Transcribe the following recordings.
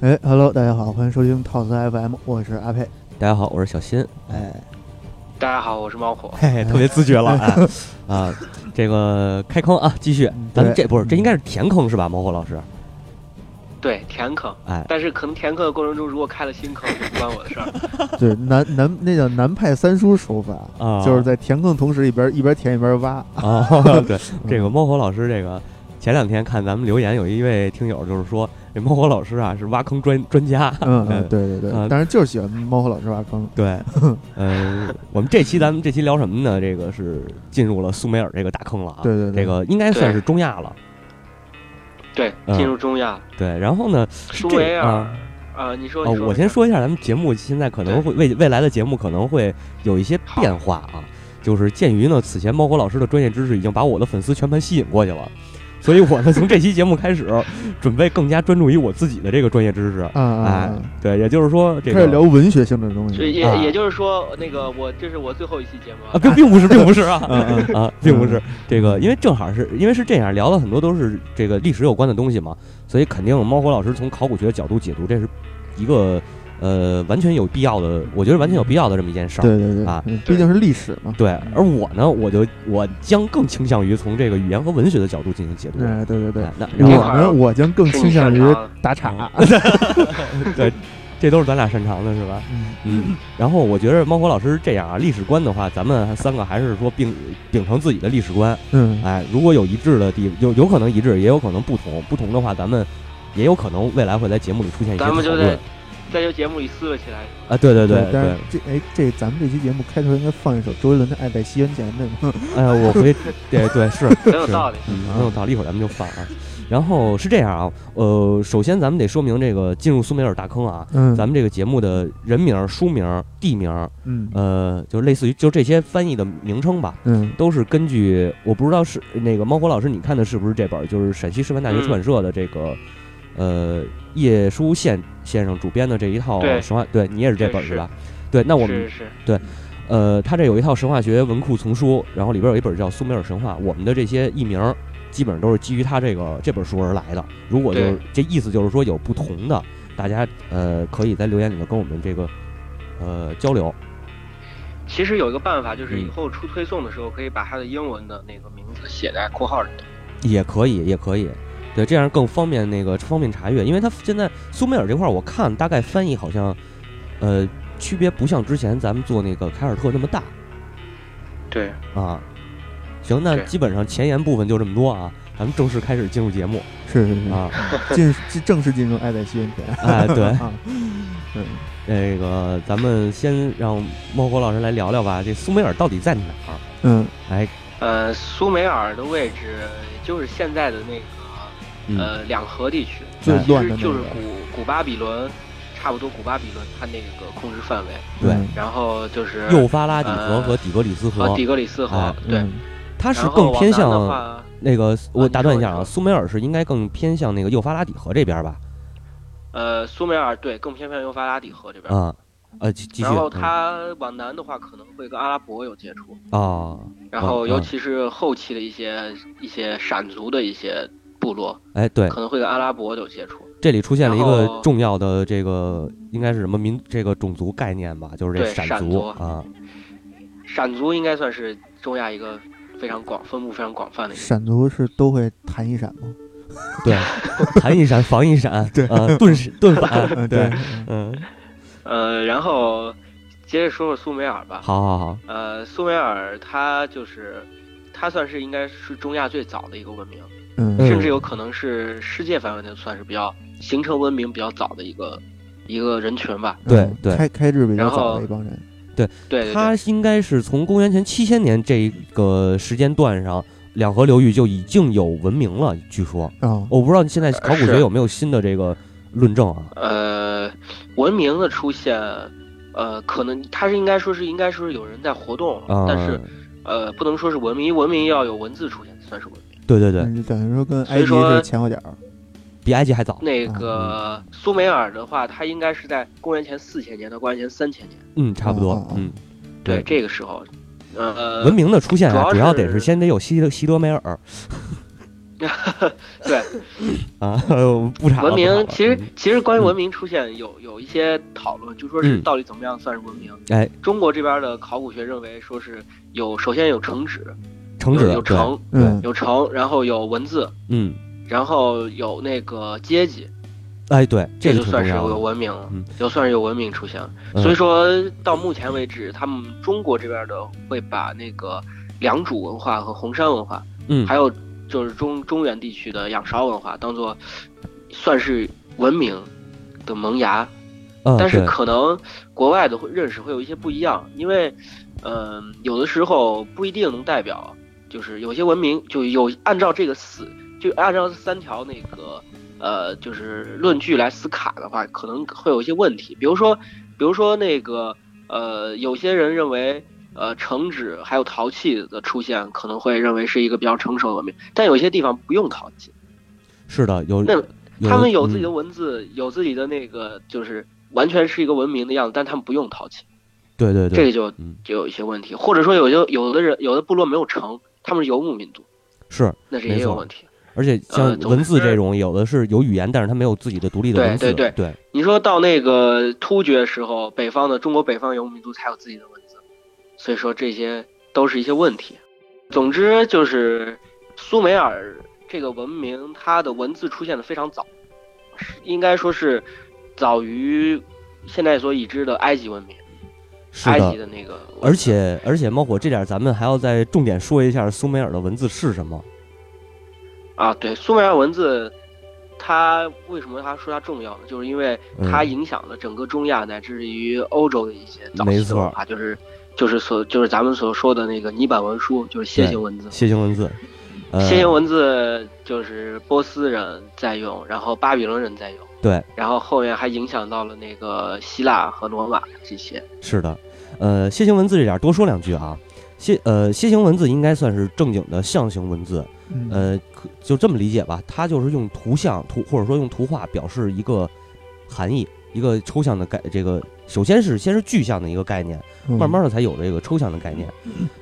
哎迎收听 Toss FM，我是阿佩。大家好，我是小新，哎，大家好，我是猫火。嘿嘿，特别自觉了啊 啊！这个开坑啊，继续嗯，咱们对这不是这应该是填坑是吧？猫火老师，对，填坑， 哎，但是可能填坑的过程中，如果开了新坑，就不关我 的事儿。就是南南那叫南派三叔手法，啊就是在填坑同时一边一边填一边挖。啊，对，这个猫火老师，这个前两天看咱们留言，有一位听友就是说，这猫火老师啊是挖坑专专 家，嗯，呃嗯对对对啊，但是就是喜欢猫和老师挖坑。对，呃，我们这期咱们这期聊什么呢？这个是进入了苏美尔这个大坑了啊，对对对这个应该算是中亚了，对，嗯进入中亚，对，然后呢，苏这维尔啊啊，你说，啊你说，我先说一下，咱们节目现在可能会未未来的节目可能会有一些变化啊，就是鉴于呢，此前猫火老师的专业知识已经把我的粉丝全盘吸引过去了，所以我呢从这期节目开始，准备更加专注于我自己的这个专业知识。啊啊哎啊！，对，也就是说这开始聊个文学性的东所以西。也、啊也就是说，那个我这是我最后一期节目啊，啊，并并不是，并不是啊嗯啊，并不是这个，因为正好是因为是这样，聊了很多都是这个历史有关的东西嘛，所以肯定猫火老师从考古学的角度解读，这是一个呃完全有必要的，我觉得完全有必要的这么一件事儿。对对对啊，嗯毕竟是历史嘛。对，而我呢，我就我将更倾向于从这个语言和文学的角度进行解读。哎，对对对哎，那我然这后块儿们我将更倾向于是你擅长打岔。嗯 对，这都是咱俩擅长的，是吧？嗯嗯。然后我觉得猫火老师这样啊，历史观的话，咱们三个还是说秉秉承自己的历史观。嗯，哎，如果有一致的地，有有可能一致，也有可能不同。不同的话，咱们也有可能未来会在节目里出现一些咱讨们就论在。在这节目里撕了起 来。啊，对对对但对是。这哎这咱们这期节目开头应该放一首周杰伦的《爱在西元前》对吗？哎，我回，对对 是，很有道理。嗯，很有道理，一会儿咱们就放啊。然后是这样啊，呃，首先咱们得说明这个进入苏美尔大坑啊，嗯，咱们这个节目的人名、书名、地名，嗯呃，就是类似于就这些翻译的名称吧，嗯都是根据我不知道是那个猫火老师你看的是不是这本儿，就是陕西师范大学嗯出版社的这个，呃，叶书宪先生主编的这一套对神话，对你也是这本儿是是吧？对，那我们是是，呃，他这有一套神话学文库丛书，然后里边有一本叫《苏美尔神话》，我们的这些译名儿基本上都是基于他这个这本书而来的。如果就是这意思就是说有不同的，大家呃可以在留言里头跟我们这个呃交流。其实有一个办法，就是以嗯后出推送的时候，可以把它的英文的那个名字写在括号里头。也可以，也可以，对，这样更方便那个方便查阅，因为它现在苏美尔这块儿，我看大概翻译好像，呃，区别不像之前咱们做那个凯尔特那么大对，啊。行，那对基本上前言部分就这么多啊，咱们正式开始进入节目是是是，啊。 进进正式进入《爱在西元前》哎，对， 啊，嗯那个咱们先让猫火老师来聊聊吧，这苏美尔到底在哪儿？嗯哎，呃，苏美尔的位置就是现在的那个嗯，呃两河地区，最哎乱的那就是个古古巴比伦，差不多古巴比伦它那个控制范围，对，嗯然后就是幼发拉底河和底格里斯河呃和，底格里斯河，哎对，嗯它是然后更偏往南的向话，那个，啊我你打断一说下你啊，说苏美尔是应该更偏向那个幼发拉底河这边吧？呃，苏美尔对更偏向幼发拉底河这边，啊，呃，继继续。然后嗯它往南的话可能会跟阿拉伯有接触，啊，然后嗯尤嗯其是后期的一些一些闪族的一些部落哎，对，可能会跟阿拉伯有接触，这里出现了一然个后重要的这个应该是什么民这个种族概念吧，就是这对闪闪族族啊，闪族应该算是中亚一个非常广分布非常广泛的一个闪族是都会弹一闪吗？ 对，弹一闪，防一闪，对啊，盾是盾反，嗯， 对，，嗯，呃，然后接着说说苏美尔吧。好好好，呃，苏美尔它就是，它算是应该是中亚最早的一个文明，嗯嗯甚至有可能是世界范围内算是比较形成文明比较早的一个一个人群吧。对嗯对开开智比较然早后的一帮人，对对它对，应该是从公元前七千年这个时间段上，两河流域就已经有文明了，据说，嗯啊，我不知道现在考古学是有没有新的这个论证啊？呃，文明的出现，呃，可能它是应该说是应该说是有人在活动，啊，但是呃，不能说是文明，文明要有文字出现才算是文明。对对对，嗯就等于说跟所埃以及说是前后脚儿，比埃及还早，那个嗯苏美尔的话，它应该是在公元前四千年到公元前三千年，嗯，差不多啊啊，啊嗯，对这个时候，呃，文明的出现啊，主主要要得是是先得有西德西德梅尔，对，啊， 不查了。文不查明了其实嗯其实关于嗯文明出现有有一些讨论，就说是嗯到底怎么样算是文明。哎，中国这边的考古学认为说是有首先有城址，城址有有对城嗯，有城，然后有文字，嗯，然后有那个阶级，哎，对，这个就挺算重是要有的。文明了嗯，就算是有文明出现了。嗯所以说到目前为止，他们中国这边的会把那个良渚文化和红山文化，嗯还有就是中中原地区的仰韶文化当做算是文明的萌芽，嗯，但是对可能国外的会认识会有一些不一样，因为，嗯、有的时候不一定能代表，就是有些文明就有按照这个思，就按照这三条那个呃，就是论据来思考的话，可能会有一些问题，比如说，比如说那个呃，有些人认为。呃，橙纸还有陶器的出现，可能会认为是一个比较成熟的文明，但有些地方不用陶器，是的，有那他们有自己嗯的文字，有自己的那个，就是完全是一个文明的样子，但他们不用陶器，对对这对，个就嗯就有一些问题，或者说有些有的人有的部落没有城，他们是游牧民族，是，那是没也有错问题。而且像呃总文字之这种，有的是有语言，但是他没有自己的独立的对文字，对对，你说到那个突厥时候，北方的中国北方游牧民族才有自己的文字，所以说这些都是一些问题。总之就是苏美尔这个文明，它的文字出现的非常早，是应该说是早于现在所已知的埃及文明。是埃及的。的那个文字，而且而且，猫火这点咱们还要再重点说一下苏美尔的文字是什么。啊，对苏美尔文字，它为什么它说它重要呢？就是因为它嗯影响了整个中亚乃至于欧洲的一些早没期的错文化，就是就是所就是咱们所说的那个泥板文书，就是楔形文字。楔形文字，呃，楔形文字就是波斯人在用，然后巴比伦人在用，对，然后后面还影响到了那个希腊和罗马这些。是的，呃，楔形文字这点儿多说两句啊。楔呃楔形文字应该算是正经的象形文字，嗯，呃，可就这么理解吧，它就是用图像图或者说用图画表示一个含义，一个抽象的概这个。首先是先是具象的一个概念，嗯慢慢的才有这个抽象的概念。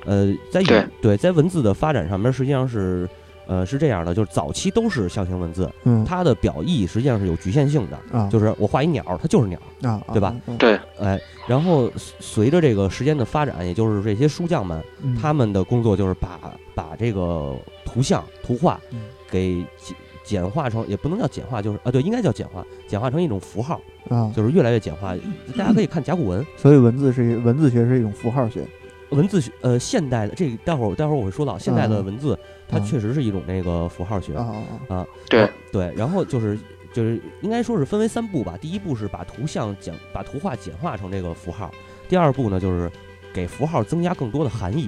呃，在对语对在文字的发展上面，实际上是呃是这样的，就是早期都是象形文字，嗯它的表意实际上是有局限性的，啊就是我画一鸟，它就是鸟。啊，对吧啊？啊对，哎，然后随随着这个时间的发展，也就是这些书匠们，嗯他们的工作就是把把这个图像、图画嗯给简简化成，也不能叫简化，就是啊，对，应该叫简化，简化成一种符号，啊，就是越来越简化。大家可以看甲骨文，所以文字是一文字学是一种符号学，文字学，呃，现代的这个待会儿待会儿我会说到，现代的嗯文字它嗯确实是一种那个符号学啊，啊啊对然后对，然后就是就是应该说是分为三步吧。第一步是把图像简把图画简化成这个符号，第二步呢就是给符号增加更多的含义，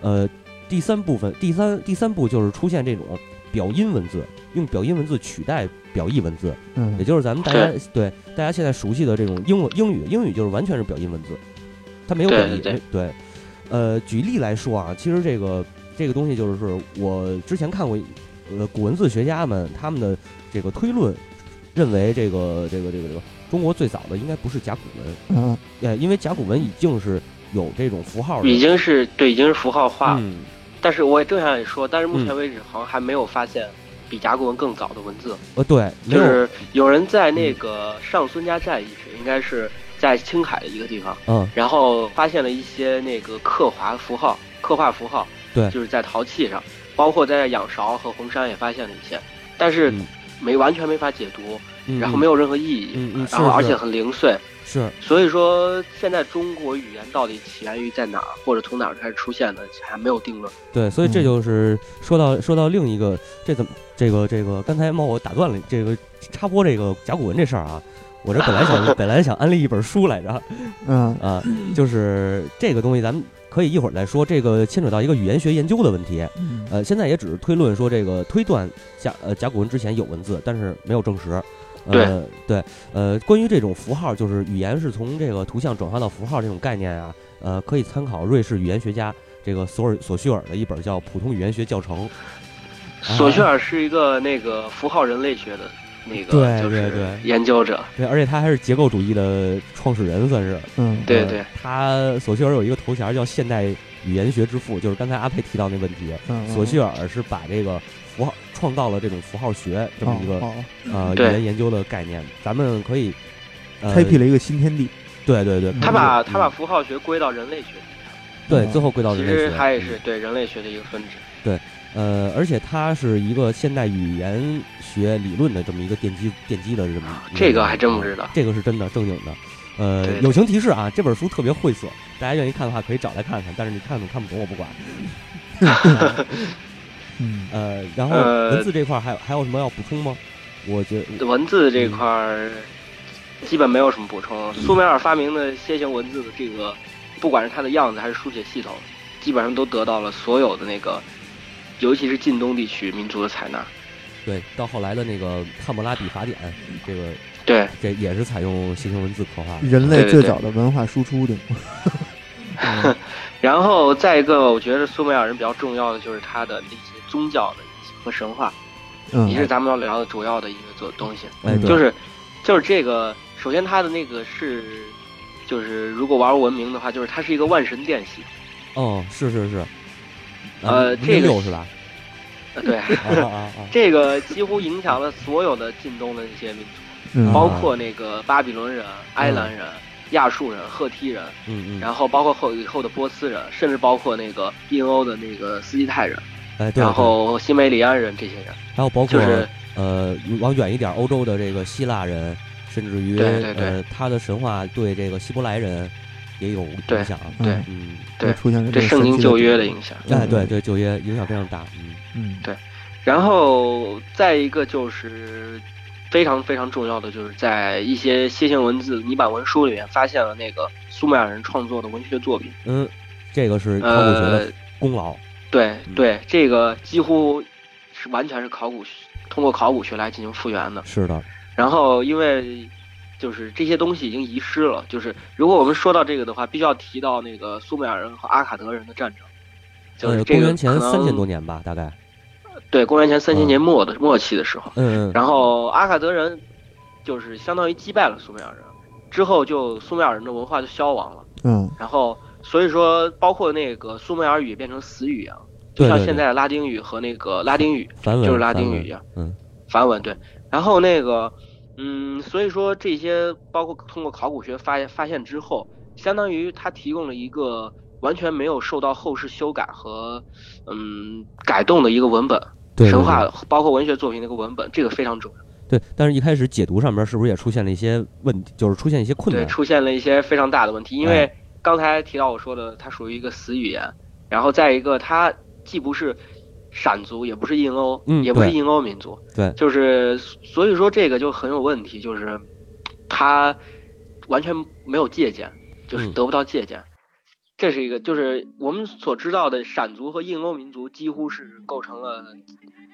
呃，第三部分第三第三步就是出现这种表音文字，用表音文字取代表意文字，嗯也就是咱们大家对大家现在熟悉的这种英文英语，英语就是完全是表音文字，它没有对表意。对没对，呃，举例来说啊，其实这个这个东西就是是我之前看过，呃，古文字学家们他们的这个推论，认为这个这个这个这个中国最早的应该不是甲骨文，嗯呃，因为甲骨文已经是有这种符号的，已经是对已经是符号化了，嗯，但是我也正想也说，但是目嗯前为止好像还没有发现比甲骨文更早的文字。呃，对，没就有，是有人在那个上孙家寨遗址，应该是在青海的一个地方，嗯，然后发现了一些那个刻划符号，刻画符号，对就是在陶器上，包括在仰韶和红山也发现了一些，但是嗯没完全没法解读，嗯然后没有任何意义，嗯嗯是然后而是且很零碎，是所以说现在中国语言到底起源于在哪儿，或者从哪儿开始出现的，还没有定论。对，所以嗯这就是说到说到另一个，这怎么这个这个刚才猫我打断了这个插播这个甲骨文这事儿啊，我这本来想本来想安利一本书来着嗯啊，就是这个东西咱们可以一会儿再说，这个牵扯到一个语言学研究的问题，嗯呃，现在也只是推论说这个推断甲呃甲骨文之前有文字，但是没有证实。呃，对，呃，关于这种符号，就是语言是从这个图像转化到符号这种概念啊，呃，可以参考瑞士语言学家这个索尔索绪尔的一本叫《普通语言学教程》。索绪啊尔是一个那个符号人类学的那对个就对是对研究者，对，而且他还是结构主义的创始人，算是。嗯对呃对他索绪尔有一个头衔叫现代语言学之父，就是刚才阿佩提到那问题，嗯索绪尔是把这个符号创创造了这种符号学这么一个、哦呃语嗯对言研究的概念。咱们可以、哦呃、开辟了一个新天地。对对对，嗯他把嗯他把符号学归到人类学，对最后归到其人类学，实它也是对人类学的一个分支。嗯呃，而且它是一个现代语言学理论的这么一个奠基奠基的这么一啊这个还真不知道啊这个是真的正经的。呃对，友情提示啊，这本书特别晦涩，大家愿意看的话可以找来看看，但是你看懂看不懂我不管。嗯，呃，然后呃文字这块儿还有还有什么要补充吗？我觉得文字这块儿基本没有什么补充。苏美尔发明的楔形文字的这个，不管是它的样子还是书写系统，基本上都得到了所有的那个，尤其是近东地区民族的采纳。对，呃到后来的那个《汉谟拉比法典》，这个对，这也是采用楔形文字刻画的。人类对对最对早的文化输出嗯 的，然后再一个，我觉得苏美尔人比较重要的就是他的那些宗教的和神话，嗯也是咱们要聊的主要的一个做东西。哎，对就是就是这个，首先它的那个是，就是如果玩过文明的话，就是它是一个万神殿系，哦，是是是，啊呃这个六是 吧？呃对，啊啊啊啊！这个几乎影响了所有的近东的那些民族，嗯包括那个巴比伦人、埃兰人、亚述人、赫梯人，嗯嗯，然后包括后以后的波斯人，甚至包括那个印欧的那个斯基泰人，哎，对，对然后西美里安人这些人，还有包括就是呃，往远一点，欧洲的这个希腊人，甚至于对对对呃，他的神话对这个希伯来人也有对影响。对嗯，对出现了对个圣神经奇的旧约的影响。哎，对，对，旧约影响非常大。嗯，嗯，对然后再一个就是非常非常重要的，就是在一些楔形文字泥板文书里面发现了那个苏美尔人创作的文学作品。嗯，这个是考古学呃的，功劳。对嗯对，这个几乎是完全是考古学通过考古学来进行复原的。是的，然后因为就是这些东西已经遗失了，就是如果我们说到这个的话，必须要提到那个苏美尔人和阿卡德人的战争，就是呃，这公个元前可能三千多年吧，大概。对公元前三嗯千年末的末期的时候。嗯，嗯然后阿卡德人就是相当于击败了苏美尔人，之后就苏美尔人的文化就消亡了。嗯然后所以说，包括那个苏美尔语变成死语一样，就对像对现对在的拉丁语和那个拉丁语梵文就是拉丁梵语啊文一样，嗯，梵文对。然后那个，嗯，所以说这些包括通过考古学发发现之后，相当于它提供了一个完全没有受到后世修改和嗯改动的一个文本，对对神对话包括文学作品的一个文本，这个非常重要。对，但是一开始解读上面是不是也出现了一些问题，就是出现一些困对，难？哎出现了一些非常大的问题，因为刚才提到我说的，它属于一个死语言，然后再一个，它既不是闪族，也不是印欧，嗯也不是对印欧民族，对就是所以说这个就很有问题，就是它完全没有借鉴，就是嗯得不到借鉴。这是一个，就是我们所知道的闪族和印欧民族几乎是构成了，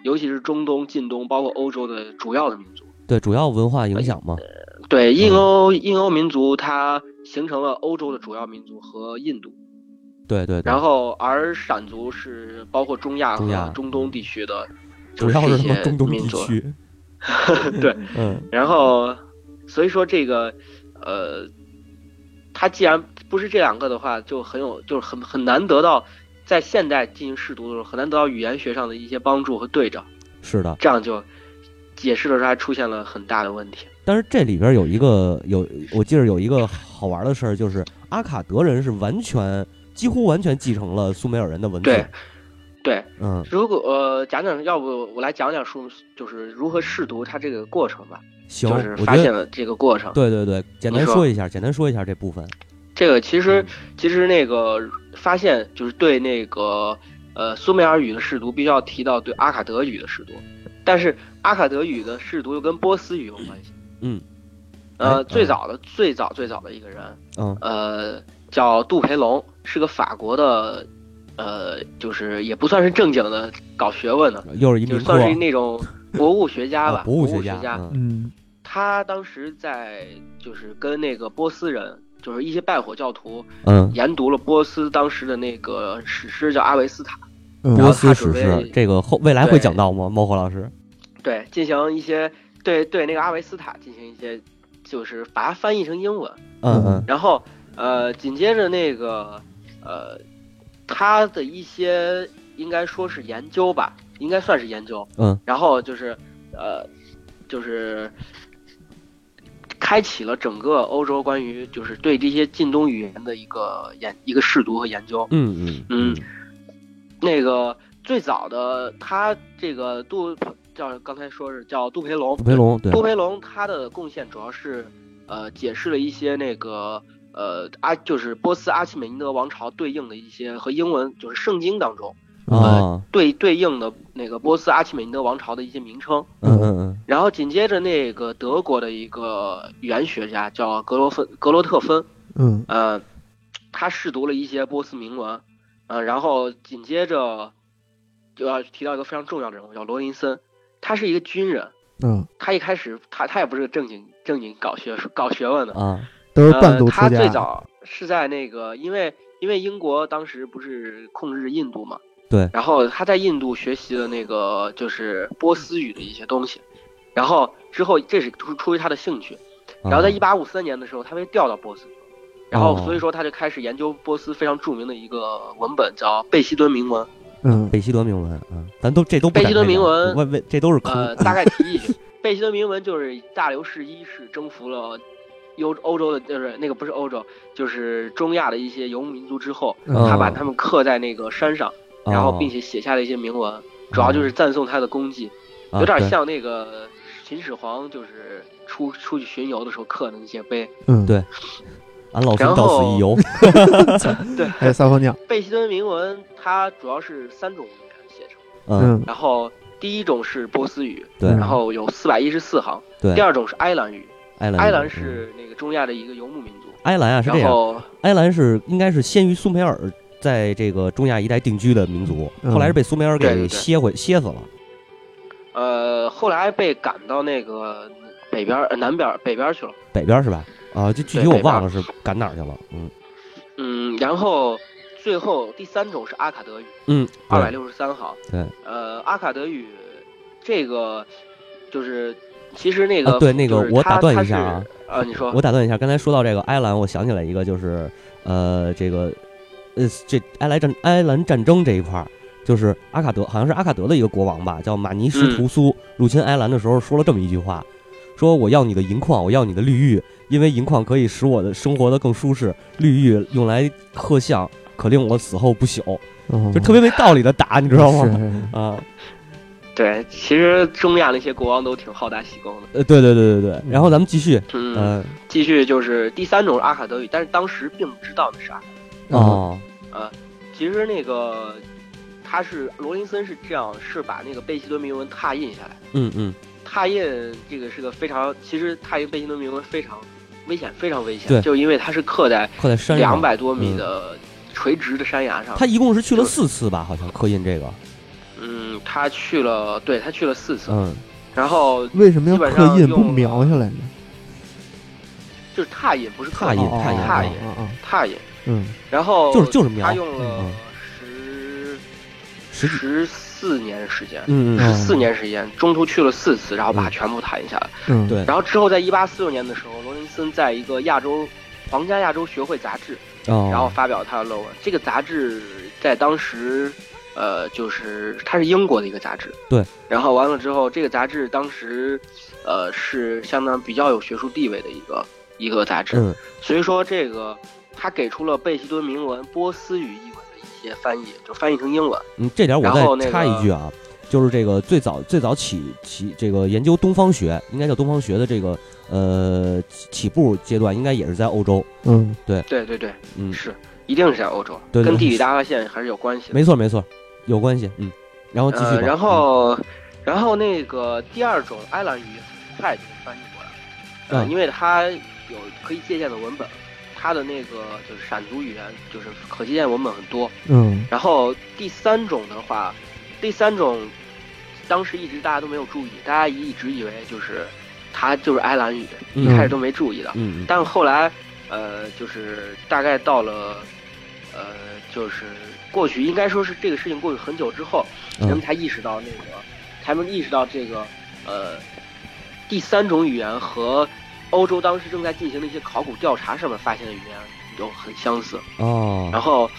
尤其是中东、近东，包括欧洲的主要的民族。对，主要文化影响嘛。嗯对，印欧印欧民族它形成了欧洲的主要民族和印度，对对对然。后而闪族是包括中亚中亚嗯和中东地区的，就主要这是什么些中东民地族。区？ 对，嗯，然后所以说这个，呃，它既然不是这两个的话，就很有就是很很难得到在现代进行试读的时候，很难得到语言学上的一些帮助和对照，是的。这样就解释的时候还出现了很大的问题。但是这里边有一个有，我记得有一个好玩的事儿，就是阿卡德人是完全几乎完全继承了苏美尔人的文字对。对，嗯，如果呃讲讲，要不我来讲讲书，就是如何试读它这个过程吧，行，就是我发觉现得了这个过程。对对对，简单你说说一下，简单说一下这部分。这个其嗯实其实那个发现就是对那个呃苏美尔语的试读，必须要提到对阿卡德语的试读，但是阿卡德语的试读又跟波斯语有关系。嗯，哎呃，嗯最早的最早最早的一个人，嗯呃，叫杜培龙，是个法国的，呃，就是也不算是正经的搞学问的，又是一就民算是科，那种博物学家吧啊，博物学家，嗯嗯他当时在就是跟那个波斯人，就是一些拜火教徒，嗯，研读了波斯当时的那个史诗叫《阿维斯塔》，嗯，波斯他史准诗备这个后未来会对讲到吗？猫火老师，对，进行一些对对那个阿维斯塔进行一些，就是把它翻译成英文，嗯嗯嗯，然后呃，紧接着那个呃，他的一些应该说是研究吧，应该算是研究。嗯，然后就是呃，就是开启了整个欧洲关于就是对这些近东语言的一个研一个试读和研究。嗯嗯那个最早的他这个杜叫刚才说是叫杜培龙，杜培龙对，杜培龙他的贡献主要是呃解释了一些那个呃阿就是波斯阿契美尼德王朝对应的一些和英文就是圣经当中嗯啊，对对应的那个波斯阿契美尼德王朝的一些名称。嗯嗯嗯，然后紧接着那个德国的一个语言学家叫格罗芬格罗特芬，嗯呃，他试读了一些波斯铭文，呃，然后紧接着就要提到一个非常重要的人物叫罗林森，他是一个军人。嗯，他一开始他他也不是正经正经搞学术搞学问的，啊都是半呃路，出他家啊最。早是在那个因为因为英国当时不是控制印度嘛，对然后他在印度学习了那个就是波斯语的一些东西，然后之后这是出出于他的兴趣，然哦后在一八五三年的时候他被调到波斯，然后所以说他就开始研究波斯非常著名的一个文本叫贝希敦铭文，嗯，贝希德铭文啊，咱都这都问问这都是坑呃，大概提一句，贝希顿铭文就是大流士一世征服了欧欧洲的，就是那个不是欧洲，就是中亚的一些游牧民族之后，他把他们刻在那个山上，哦然后并且写下了一些铭文，主要就是赞颂他的功绩，啊哦有点像那个秦始皇就是出出去巡游的时候刻的那些碑。嗯，对俺老孙到此一 游，还有撒泡尿。贝希顿铭文它主要是三种语言写成，嗯嗯然后第一种是波斯语，对然后有四百一十四行，嗯对第，二种是埃兰语。埃兰埃兰是那个中亚的一个游牧民族，埃兰啊是这然样，后埃兰是应该是先于苏美尔在这个中亚一带定居的民族，嗯后来是被苏美尔对对给对歇回歇死了。呃，后来被赶到那个北边儿、呃南边儿、北边儿去了。北边是吧？啊，这具体对我北边忘了是赶哪儿去了。嗯嗯，然后最后第三种是阿卡德语，嗯，二百对六十三行。对，呃，阿卡德语这个就是其实那啊个、对那个就是我它打断它一下是啊呃，你说我打断一下，刚才说到这个埃兰，我想起来一个，就是呃，这个呃，这埃兰战埃兰战争这一块儿，就是阿卡德好像是阿卡德的一个国王吧，叫马尼什嗯图苏、入侵埃兰的时候说了这么一句话，说我要你的银矿，我要你的绿玉，因为银矿可以使我的生活的更舒适，绿玉用来贺相，可令我死后不朽，嗯，就特别没道理的打，你知道是吗？是是啊，对，其实中亚那些国王都挺好大喜功的。呃，对对对对对，然后咱们继续，嗯，呃，继续就是第三种是阿卡德语，但是当时并不知道那是阿卡德语。嗯哦，其实那个他是罗林森是这样，是把那个贝希顿铭文拓印下来的。嗯嗯，拓印这个是个非常，其实拓印贝希顿铭文非常危险，非常危对险，就因为它是刻在刻在山上两。百多米的垂直的山崖上。他一共是去了就是四次吧，好像刻印这个，嗯，他去了，对他去了四次，嗯，然后为什么要基本刻上印用不描下来呢？就是拓印，不是刻拓印哦哦拓印哦拓印哦哦哦拓印，嗯然后啊就是就是描他用了嗯十十几，十四年时间。嗯十嗯，四年时间，中途去了四次，然后把它嗯全部拓印下来。嗯，对然后之后，在一八四六年的时候，罗林森在一个亚洲皇家亚洲学会杂志，哦，然后发表他的论文。这个杂志在当时，呃，就是它是英国的一个杂志。对。然后完了之后，这个杂志当时，呃，是相当比较有学术地位的一个一个杂志。嗯所以说，这个他给出了贝希敦铭文波斯语译文的一些翻译，就翻译成英文。嗯，这点我然后那再个插一句啊，就是这个最早最早起起这个研究东方学，应该叫东方学的这个呃起起步阶段，应该也是在欧洲，嗯对对对，嗯，是，一定是在欧洲，对对跟地理大发现还是有关系的。没错没错，有关系，嗯，然后继续吧，呃，然后，然后那个第二种埃兰语泰语翻译过来，呃，嗯因为它有可以借鉴的文本，它的那个就是闪族语言，就是可借鉴文本很多。嗯然后第三种的话，第三种当时一直大家都没有注意，大家一直以为就是它就是埃兰语，嗯一开始都没注意到，嗯嗯但后来，呃，就是大概到了，呃，就是过去应该说是这个事情过去很久之后，嗯人们才意识到那个，才们意识到这个，呃，第三种语言和欧洲当时正在进行的一些嗯考古调查上面发现的语言有很相似。哦然后，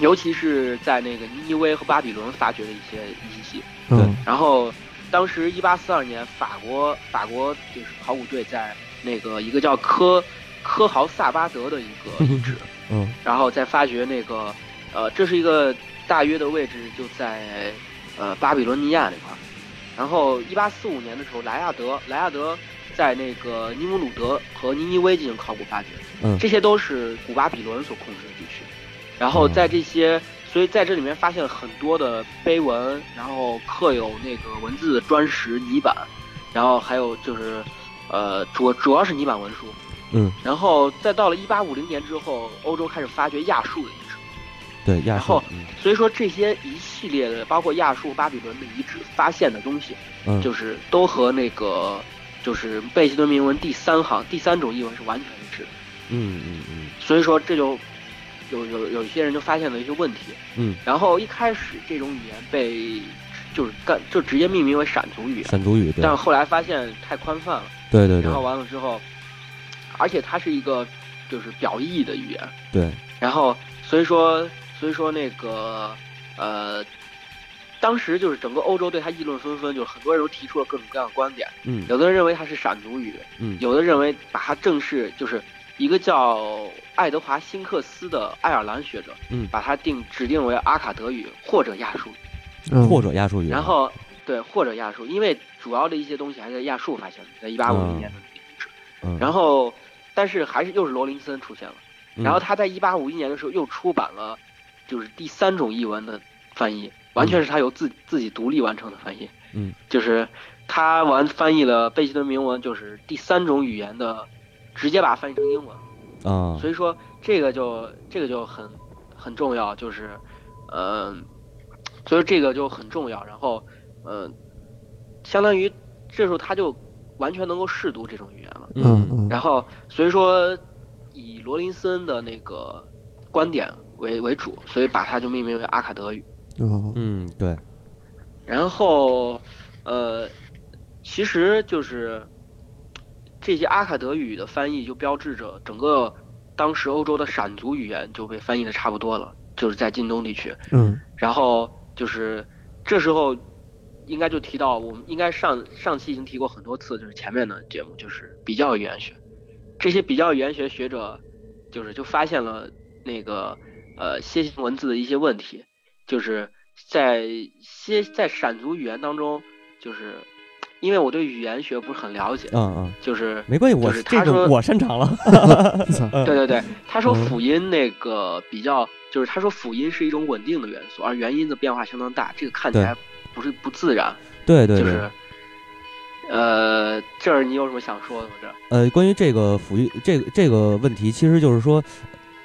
尤其是在那个尼威和巴比伦发掘的一些遗迹。嗯然后，当时一八四二年，法国法国就是考古队在那个一个叫科科豪萨巴德的一个遗址，嗯然后再发掘那个，呃，这是一个大约的位置就在呃巴比伦尼亚那块儿。然后，一八四五年的时候，莱亚德莱亚德在那个尼姆鲁德和尼尼微进行考古发掘，嗯这些都是古巴比伦所控制的地区。然后在这些，所以在这里面发现了很多的碑文，然后刻有那个文字、砖石、泥板，然后还有就是，呃，主主要是泥板文书。嗯，然后再到了一八五零年之后，欧洲开始发掘亚述的遗址，对，亚然述后，嗯所以说这些一系列的，包括亚述、巴比伦的遗址发现的东西，嗯，就是都和那个就是贝希顿铭文第三行第三种译文是完全一致的。嗯嗯嗯所以说这就有有有一些人就发现了一些问题，嗯，然后一开始这种语言被就是干就直接命名为闪族语言，闪族语，对但是后来发现太宽泛了，对对然后对完了之后，而且它是一个就是表意的语言，对，然后所以说所以说那个呃。当时就是整个欧洲对他议论纷纷，就是很多人都提出了各种各样的观点，嗯有的人认为它是闪族语，嗯有的认为把它正式就是一个叫爱德华辛克斯的爱尔兰学者，嗯把它定指定为阿卡德语或者亚述，嗯，或者亚述语，然后对或者亚述，因为主要的一些东西还在亚述发现的，在一八五零年的遗址，啊嗯，然后但是还是又是罗林森出现了，嗯然后他在一八五一年的时候又出版了就是第三种译文的翻译，完全是他由自自己独立完成的翻译，嗯，就是他完翻译了贝希顿铭文，就是第三种语言的，直接把它翻译成英文。啊，所以说这个就这个就很很重要，就是，呃，所以这个就很重要。然后，呃，相当于这时候他就完全能够试读这种语言了。嗯嗯嗯，然后，所以说以罗林森的那个观点为为主，所以把它就命名为阿卡德语。嗯嗯对，然后，呃，其实就是这些阿卡德语的翻译，就标志着整个当时欧洲的闪族语言就被翻译的差不多了，就是在近东地区。嗯然后就是这时候，应该就提到我们应该上上期已经提过很多次，就是前面的节目就是比较语言学，这些比较语言学学者就是就发现了那个呃楔形文字的一些问题，就是在楔在闪族语言当中，就是因为我对语言学不是很了解，嗯嗯，就是没关系，我就是他这个说我擅长了，嗯操 对对对，他说嗯辅音那个比较，就是他说辅音是一种稳定的元素，而元音的变化相当大，这个看起对来不是不自然，对对就对是，，呃，这儿你有什么想说的吗？这儿呃，关于这个抚育这个这个问题，其实就是说，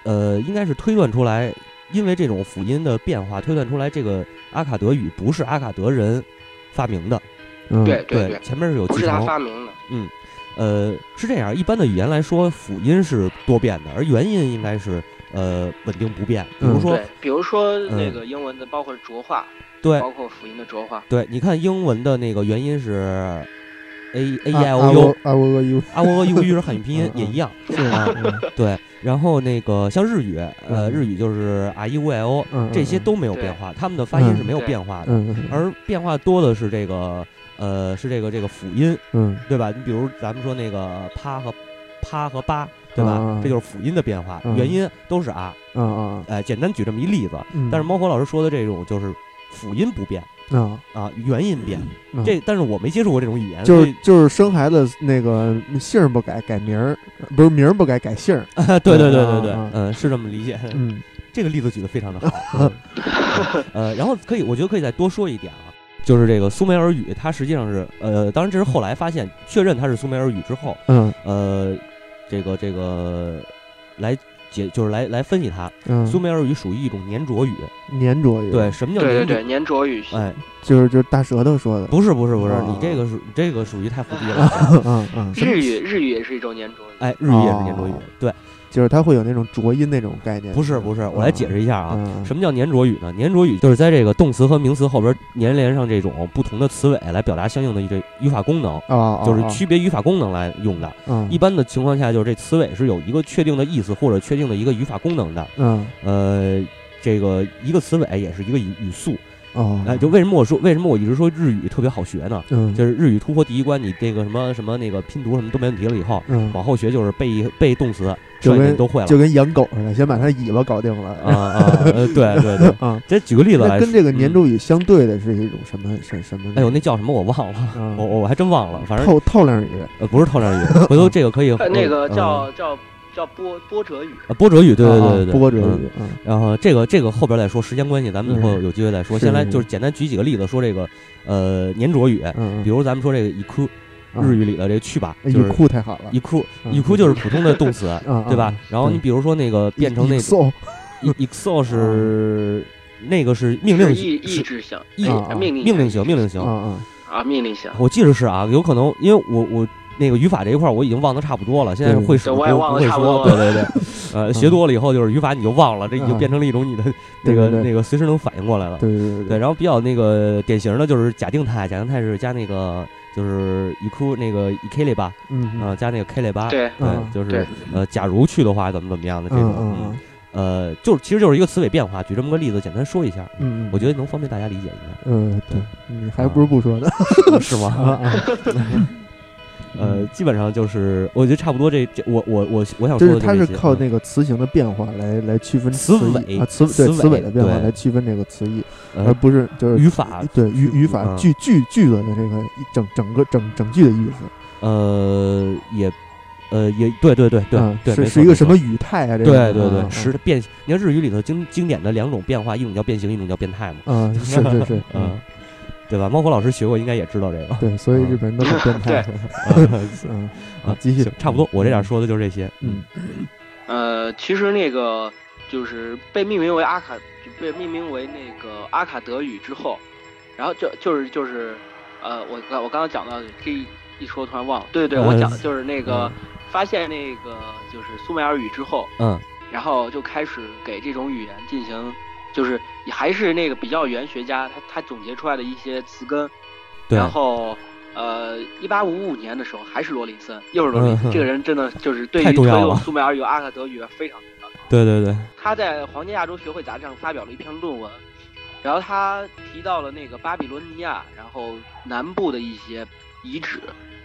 呃，应该是推断出来，因为这种辅音的变化，推断出来这个阿卡德语不是阿卡德人发明的，嗯， 对对对，前面是有不继是他承。发明的，呃，是这样，一般的语言来说，辅音是多变的，而元音应该是呃稳定不变。比如嗯说，对，比如说那嗯个英文的，包括浊化，对包括辅音的浊化，对，你看英文的那个元音是 a a i 啊 o u，啊我我有 啊喔呃 u 是汉语拼音嗯嗯也一样。是吗？嗯对，然后那个像日语，呃，嗯日语就是 r e u i o，嗯，这些都没有对变化，他们的发音是嗯没有对变化的，嗯嗯而变化多的是这个呃是这个这个辅音，嗯对吧？你比如咱们说那个啪和啪和八，对嗯吧嗯？这就是辅音的变化，嗯元音都是 r。啊啊，呃，简单举这么一例子，嗯但是猫火老师说的这种就是辅音不变啊，啊，元音变。嗯这但是我没接触过这种语言，就所是以就是生孩子那个姓儿不改，改名儿，不是名儿不改，改姓儿。 对对对对啊对啊，嗯，是这么理解。嗯这个例子举得非常的好。嗯呃，然后可以，我觉得可以再多说一点啊，就是这个苏美尔语，它实际上是呃，当然这是后来发现确认它是苏美尔语之后，嗯呃，这个这个来解就是来来分析它，嗯，苏美尔语属于一种粘着语。粘着语，对，，什么叫对对粘着？对，粘着语系，哎，就是就是大舌头说的。不是不是不是，哦你这个属这个属于太 胡逼了。嗯嗯，日语日语也是一种粘着语，哎，日语也是粘着语哦，对，就是它会有那种浊音那种概念。嗯不是不是，我来解释一下啊。啊什么叫粘着语呢？粘着语就是在这个动词和名词后边粘连上这种不同的词尾，来表达相应的这语法功能，啊，就是区别语法功能来用的。嗯一般的情况下，就是这词尾是有一个确定的意思或者确定的一个语法功能的。嗯呃，这个一个词尾也是一个语语速。哦，哎，就为什么我说为什么我一直说日语特别好学呢？嗯，就是日语突破第一关，你这个什么什么那个拼读什么都没问题了，以后嗯，往后学就是背背动词，就剩下跟你都会了就。跟养狗似的，先把它尾巴搞定了。啊啊，呃对对对， 啊，这举个例子那来跟说，这个年嗯终语相对的是一种什么什什么？哎呦，那哦叫什么我 忘了，嗯我我我还真忘了，反正透透亮语，呃不是透 亮语，回头这个可以呃那个嗯叫叫叫波波折语，啊波折语，对对啊对对，对波折。嗯语，嗯然后这个这个后边再说，时间关系，咱们以后嗯有机会再说。是先来是就是简单举几个例子，说这个呃粘着语，嗯，比如咱们说这个一哭，嗯日语里的这个去吧，哎就是语库太好了，一哭嗯 一哭就是普通的 动词，啊，对吧？然后你比如说那个变成那个搜嗯 exo 是那个是命是令意意是志型，意哎啊命令命令型命令型啊，啊，啊命令型，我记得是啊，有可能因为我我那个语法这一块儿我已经忘得差不多了，现在对会数对不我也忘不得会差不说，多对了对对， 呃，学多了以后就是语法你就忘了，这已经啊变成了一种你 的那对个对对那个随时能反应过来了。对对对，对，然后比较那个典型的就是假定态，假定态是加那个就是一哭那个一 k 类吧，嗯啊，加那个 k 类吧，对嗯对，就对是呃，假如去的话怎么怎么样的这种，嗯呃，就是其实就是一个词尾变化，举这么个例子简单说一下，嗯，我觉得能方便大家理解一嗯对，你还不是不说呢 下，是啊吗？啊，呃，基本上就是我觉得差不多这这我我我我想就说是的它这是些靠嗯那个词形的变化来来区分词义尾啊词词对词尾尾的变化对来区分这个词义，呃而不是就是语法对语语嗯法句句句子的这个一整整个整整句的意思，呃也呃也对对对对啊对，是没是错一没个什错么语态啊？这对对啊对，啊时的变，你看日语里头经经典的两种变化，一种叫变形，一种叫变态嘛，啊，是是是，嗯，对吧？猫火老师学过，应该也知道这个。 对，所以嗯日本人都很变态， 嗯啊啊，继续行，差不多，我这点说的就是这些。嗯，呃，其实那个就是被命名为阿卡，就被命名为那个阿卡德语之后，然后就就是就是，呃，我刚我刚刚讲到的这一一说突然忘了，对对对，我呃讲的就是那个、发现那个就是苏美尔语之后，嗯，然后就开始给这种语言进行，就是还是那个比较语言学家他他总结出来的一些词根，对，然后。呃，一八五五年的时候，还是罗林森，又是罗林森。嗯这个人真的就是对太于重推要了动苏美尔语、阿卡德语非常重要。对对对，他在《皇家亚洲学会》杂志上发表了一篇论文，然后他提到了那个巴比伦尼亚，然后南部的一些遗址，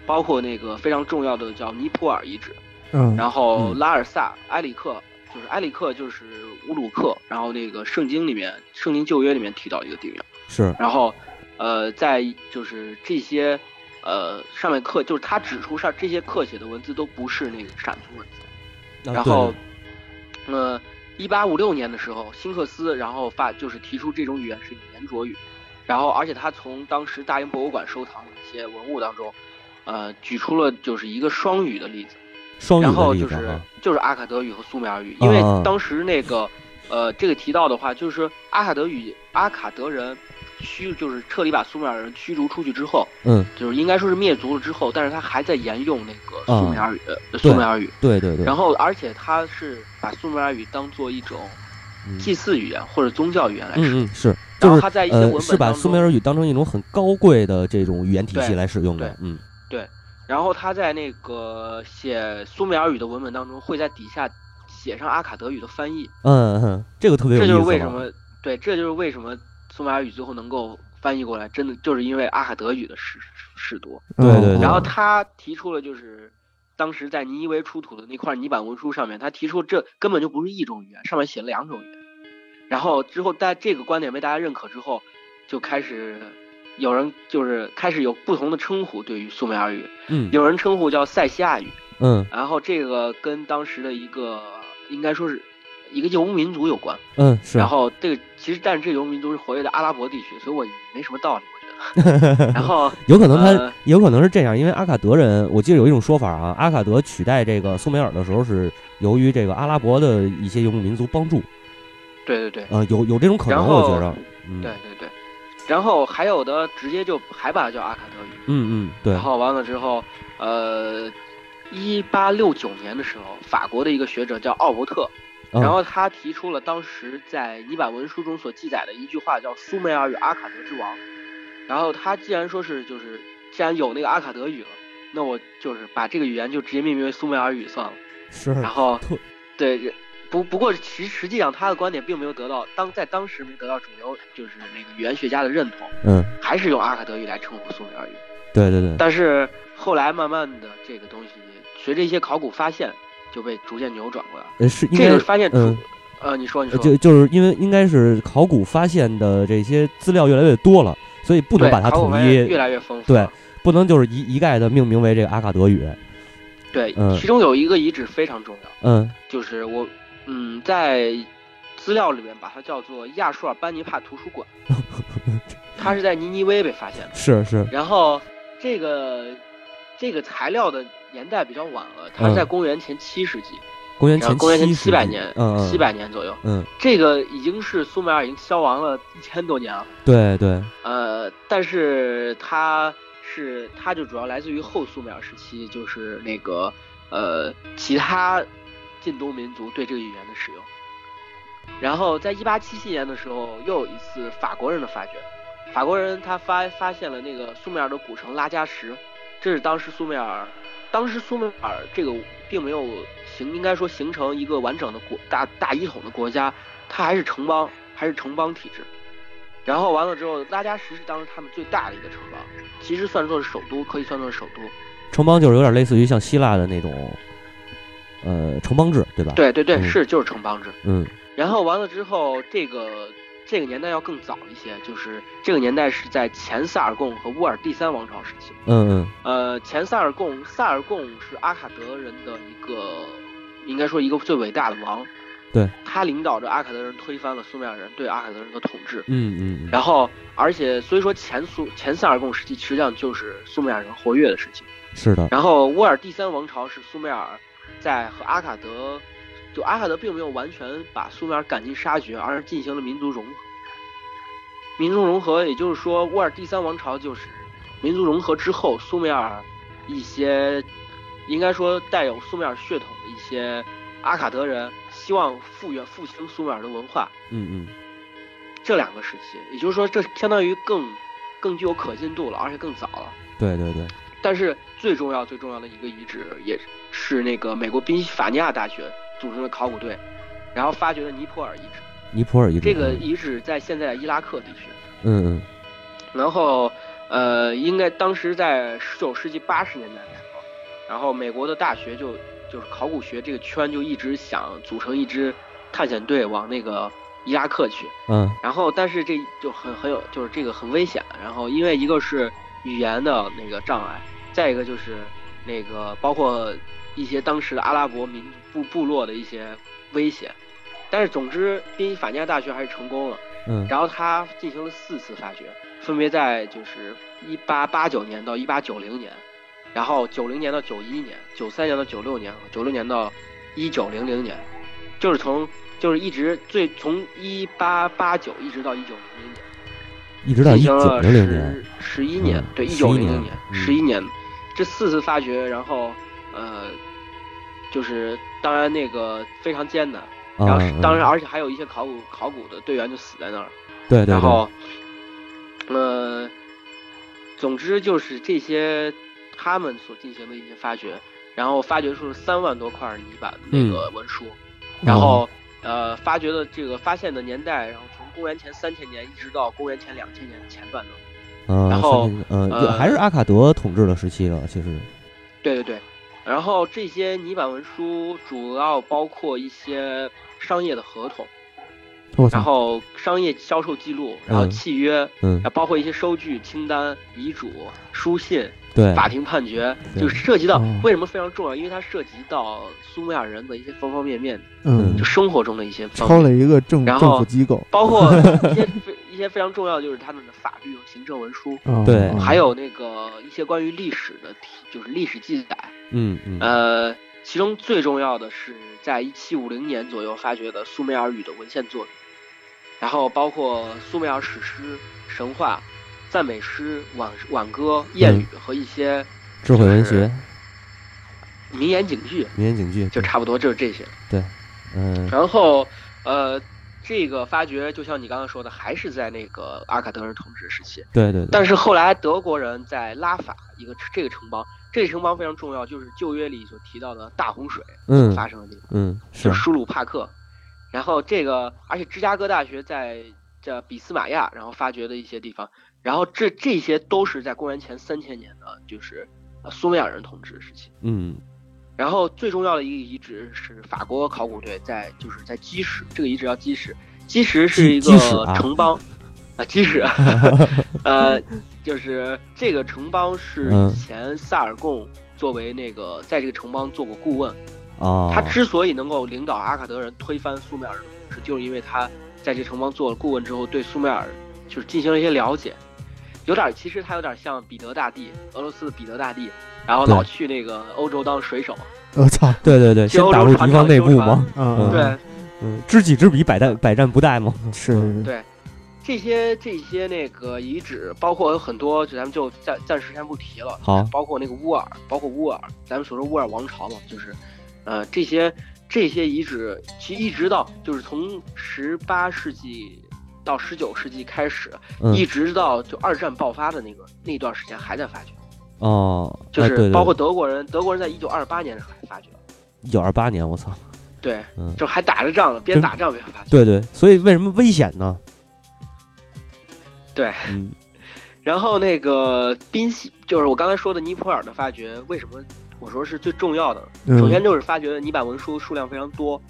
包括那个非常重要的叫尼泊尔遗址，嗯，然后嗯拉尔萨、埃里克，就是埃里克就是乌鲁克，然后那个圣经里面，圣经旧约里面提到一个地名，是，然后，呃，在就是这些，呃，上面刻就是他指出上这些刻写的文字都不是那个闪族文字。啊然后，呃，一八五六年的时候，辛克斯然后发就是提出这种语言是粘着语，然后而且他从当时大英博物馆收藏的一些文物当中，呃，举出了就是一个双语的例子，对双语然的后例就子是啊，就是阿卡德语和苏美尔语，啊因为啊当时那个，呃，这个提到的话就是阿卡德语阿卡德人。驱就是彻底把苏美尔人驱逐出去之后，嗯，就是应该说是灭族了之后，但是他还在沿用那个苏美尔语，呃啊对苏美尔语，对对对，然后，而且他是把苏美尔语当做一种嗯祭祀语言或者宗教语言来使用，嗯嗯是，然就后是他在一些文呃本是把当苏美中，尔语当成一种很高贵的这种语言体系对来使用的对，嗯然后他在那个写苏美尔语的文本当中，会在底下写上阿卡德语的翻译，嗯嗯，这个特别有意这思就了。是为什么对，这就是为什么苏美尔语最后能够翻译过来，真的就是因为阿卡德语的试试读。对对对然后嗯他提出了就是。当时在尼尼微出土的那块泥板文书上面，他提出这根本就不是一种语言，上面写了两种语言。然后之后，在这个观点被大家认可之后，就开始有人就是开始有不同的称呼对于苏美尔语，嗯有人称呼叫塞西亚语，嗯然后这个跟当时的一个应该说是一个游牧民族有关。嗯是，然后这个其实但是这个游牧民族是活跃在阿拉伯地区，所以我没什么道理，我觉得。然后有可能他、呃有可能是这样，因为阿卡德人，我记得有一种说法啊，阿卡德取代这个苏美尔的时候是由于这个阿拉伯的一些游牧民族帮助，对对对，呃，有有这种可能，然后我觉着，嗯，对对对，然后还有的直接就还把它叫阿卡德语，嗯嗯，对然，后完了之后，呃，一八六九年的时候，法国的一个学者叫奥伯特，嗯然后他提出了当时在泥板文书中所记载的一句话叫“苏美尔与阿卡德之王”，然后他既然说是就是既然有那个阿卡德语了，那我就是把这个语言就直接命名为苏美尔语算了，是，然后特对。不不过其实际上他的观点并没有得到当在当时没得到主流就是那个语言学家的认同，嗯，还是用阿卡德语来称呼苏美尔语。对对对，但是后来慢慢的这个东西随着一些考古发现就被逐渐扭转过来了。呃是应这该个发现出，嗯呃，你说你呃说，就就是因为应该是考古发现的这些资料越来越多了，所以不能对，把它考古统发现一越，来越丰富对了。不能就是一一概的命名为这个阿卡德语。对嗯其中有一个遗址非常重要，嗯就是我嗯在资料里面把它叫做亚述尔班尼帕图 书馆，它是在尼尼微被发现的。是是，然后这个这个材料的年代比较晚了，它嗯是在公元前七世纪，公元然后前公元前七七百年，嗯嗯，七百年左右。嗯，这个已经是苏美尔已经消亡了一千多年了，对对，呃，但是它是它就主要来自于后苏美尔时期，就是那个呃其他近东民族对这个语言的使用。然后在一八七七年的时候，又有一次法国人的发掘，法国人他发发现了那个苏美尔的古城拉加什，这是当时苏美尔，当时苏美尔这个并没有形，应该说形成一个完整的国大大一统的国家，它还是城邦，还是城邦体制。然后完了之后，拉加什是当时他们最大的一个城邦，其实算作是首都，可以算作是首都。城邦就是有点类似于像希腊的那种，呃，城邦制，对吧？，对对对，嗯是就是城邦制。嗯然后完了之后，这个这个年代要更早一些，就是这个年代是在前萨尔贡和乌尔第三王朝时期。嗯嗯，呃，前萨尔贡，萨尔贡是阿卡德人的一个，应该说一个最伟大的王。对，他领导着阿卡德人推翻了苏美尔人对阿卡德人的统治。嗯嗯嗯，然后，而且所以说前苏前萨尔贡时期实际上就是苏美尔人活跃的时期。是的，然后乌尔第三王朝是苏美尔在和阿卡德，就阿卡德并没有完全把苏美尔赶尽杀绝，而是进行了民族融合。民族融合，也就是说乌尔第三王朝就是民族融合之后，苏美尔一些应该说带有苏美尔血统的一些阿卡德人，希望复原复兴苏美尔的文化，嗯嗯，这两个时期，也就是说这相当于更更具有可信度了，而且更早了。对对对，但是最重要最重要的一个遗址，也是那个美国宾夕法尼亚大学组织的考古队，然后发掘了尼泊尔遗址。尼泊尔遗址，这个遗址在现在的伊拉克地区，嗯嗯然后呃，应该当时在十九世纪八十年代的时候，然后美国的大学就就是考古学这个圈就一直想组成一支探险队往那个伊拉克去，嗯然后但是这就很很有，就是这个很危险。然后因为一个是语言的那个障碍，再一个就是那个包括一些当时的阿拉伯民族部部落的一些威胁。但是总之，宾夕法尼亚大学还是成功了。嗯然后他进行了四次发掘，分别在就是一八八九年到一八九零年，然后九零年到九一年，九三年到九六年，九六年到一九零零年，就是从就是一直最从一八八九一直到一九零零年，一直到一进行九了零零年，十十一年嗯，对，一11九零零年年，嗯十一年，这四次发掘，然后呃，就是当然那个非常艰难，然啊后是，当然而且还有一些考古考古的队员就死在那儿。对对对，然后，呃，总之就是这些他们所进行的一些发掘，然后发掘出了三万多块泥板那个文书，然后呃发掘的这个发现的年代，然后从公元前三千年一直到公元前两千年的前半段。然然后嗯，呃就还是阿卡德统治的时期了，其实，对对对，然后这些泥板文书主要包括一些商业的合同，我然操，后商业销售记录，然后嗯契约，嗯啊，包括一些收据、清单、遗嘱、书信。对，法庭判决，哎对就涉及到哦为什么非常重要，因为它涉及到苏美尔人的一些方方面面，嗯就，生活中的一些方抄面，了一个政然政后府机构，包括一些非一些非常重要的就是他们的法律和行政文书，哦对哦还有那个一些关于历史的题，就是历史记载。嗯嗯呃，其中最重要的是在一七五零年左右发掘的苏美尔语的文献作品，然后包括苏美尔史诗、神话、赞美诗、挽挽歌、谚语和一些嗯智慧文学、名言警句。民间警句，就差不多就是这些。嗯然后，呃，这个发掘就像你刚刚说的，还是在那个阿卡德人统治时期。对对对，但是后来德国人在拉法一个这个城邦，这个城邦非常重要，就是旧约里所提到的大洪水嗯发生的地方，嗯就是是舒鲁帕克。然后这个，而且芝加哥大学在这比斯马亚，然后发掘的一些地方，然后这这些都是在公元前三千年的，就是呃苏美尔人统治时期。嗯然后最重要的一个遗址是法国考古队在就是在基什，这个遗址叫基什，基什是一基基什个啊城邦，啊 基什，呃，就是这个城邦是嗯以前萨尔贡作为那个在这个城邦做过顾问，哦，他之所以能够领导阿卡德人推翻苏美尔人的统治，就是因为他在这城邦做了顾问之后，对苏美尔就是进行了一些了解，有点其实他有点像彼得大帝，俄罗斯的彼得大帝，然后老对去那个欧洲当水手。我操，对对对，先修打入船敌方长内修部船嘛，嗯， 对嗯，知己知彼，百战百战不殆 嘛，是嗯是是，对，这些这些那个遗址，包括有很多，就咱们就暂暂时先不提了。好包括那个乌尔，包括乌尔，咱们所说乌尔王朝嘛，就是，呃，这些这些遗址，其实一直到就是从十八世纪到十九世纪开始，嗯一直到就二战爆发的那个那段时间还在发掘，哦，就哎是对包括德国人，德国人在一九二八年的时候还发掘，一九二八年，我操，对，嗯就还打着仗呢，边真打仗边发掘。对对，所以为什么危险呢？对， 嗯然后那个宾夕，就是我刚才说的尼泊尔的发掘，为什么我说是最重要的？嗯首先就是发掘的泥板文书数量非常多，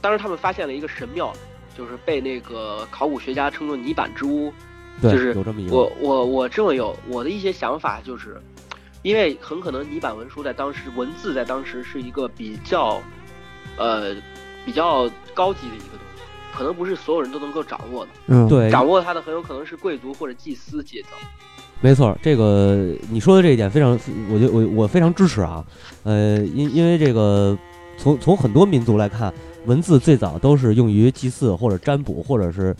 当时他们发现了一个神庙，就是被那个考古学家称作泥板之屋。对，就是有这么一我个，我我这么有我的一些想法，就是因为很可能泥板文书在当时文字在当时是一个比较，呃，比较高级的一个东西，可能不是所有人都能够掌握的，嗯，对，掌握它的很有可能是贵族或者祭司阶层。没错，这个你说的这一点非常，我觉得我我非常支持啊。呃，因因为这个从从很多民族来看，文字最早都是用于祭祀或者占卜，或者是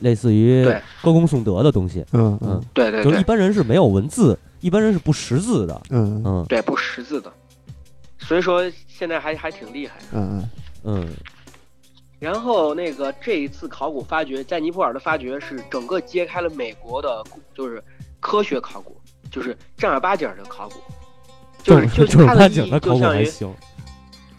类似于对歌功颂德的东西。嗯嗯嗯，对对就是一对般人是没有文字，一般人是不识字的。嗯嗯嗯对，不识字的，所以说现在还还挺厉害的。嗯嗯，然后那个这一次考古发掘，在尼泊尔的发掘是整个揭开了美国的古，就是科学考古，就是正儿八经儿的考古，就是正就是正它儿的八意经义的考就古像还于行。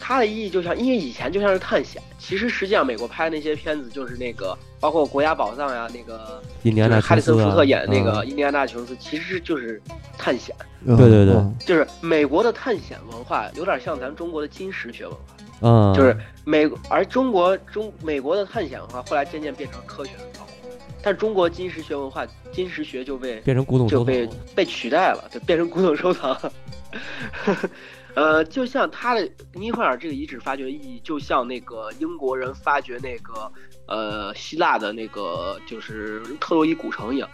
它的意义就像，因为以前就像是探险，其实实际上美国拍那些片子就是那个，包括国家宝藏呀、那个印第就安是纳哈里琼森斯福啊特演的那嗯个印第安纳琼斯，其实就是探险，嗯，对对对嗯就是美国的探险文化有点像咱们中国的金石学文化。嗯，就是美，而中国中美国的探险文化后来渐渐变成科学的考古，但中国金石学文化，金石学就被变成古董就收藏被了。被取代了，就变成古董收藏。呃，就像他的尼泊尔这个遗址发掘意义，就像那个英国人发掘那个呃希腊的那个就是特洛伊古城一样，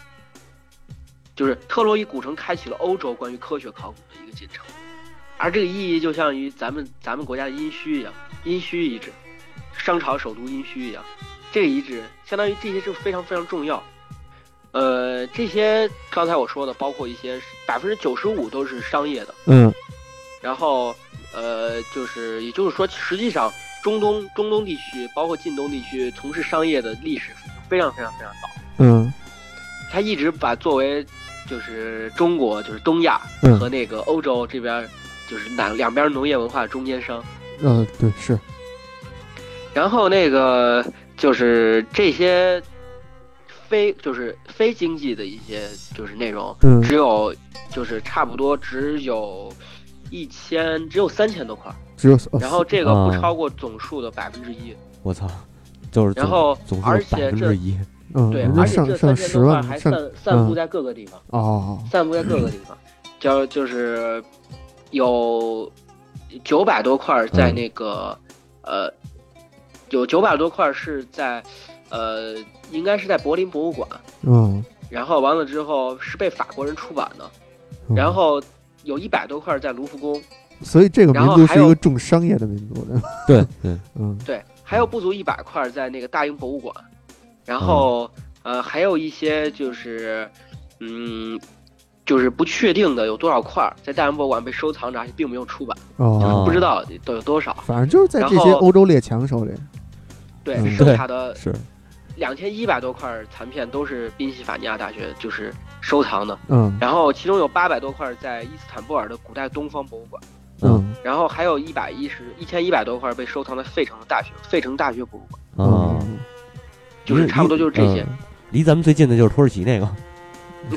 就是特洛伊古城开启了欧洲关于科学考古的一个进程，而这个意义就像于咱们咱们国家的殷墟一样，殷墟遗址，商朝首都殷墟一样，这个遗址相当于这些就非常非常重要。呃，这些刚才我说的，包括一些百分之九十五都是商业的，嗯然后呃，就是也就是说，实际上中东中东地区，包括近东地区，从事商业的历史非常非常非常早，嗯它一直把作为就是中国就是东亚嗯和那个欧洲这边儿就是两两边农业文化的中间商。嗯，对是，然后那个就是这些非就是非经济的一些就是内容，嗯只有就是差不多只有一千，只有三千多块儿，只有哦然后这个不啊超过总数的百分之一。我操，就是总然后总而数且百分这之一。嗯，对，人家而且上这上三千十多块万还上散散嗯布在各个地方，哦，散布在各个地方，就就是有九百多块儿在嗯那个、呃，有九百多块儿是在呃，应该是在柏林博物馆，嗯，然后完了之后是被法国人出版的，嗯然后有一百多块儿在卢浮宫，所以这个然民后族还是一有个重商业的民族的，对 对，嗯对，还有不足一百块儿在那个大英博物馆，然后、呃还有一些就是嗯就是不确定的有多少块儿在大英博物馆被收藏着，而且并没有出版，就是哦不知道都有多少。反正就是在这然些后欧洲列强手里，对，嗯剩下的是两千一百多块儿残片都是宾夕法尼亚大学就是收藏的，嗯然后其中有八百多块儿在伊斯坦布尔的古代东方博物馆，嗯然后还有一百一十一千一百多块被收藏在费城的大学费城大学博物馆，啊，嗯就是差不多就是这些。嗯离咱们最近的就是土耳其那 个，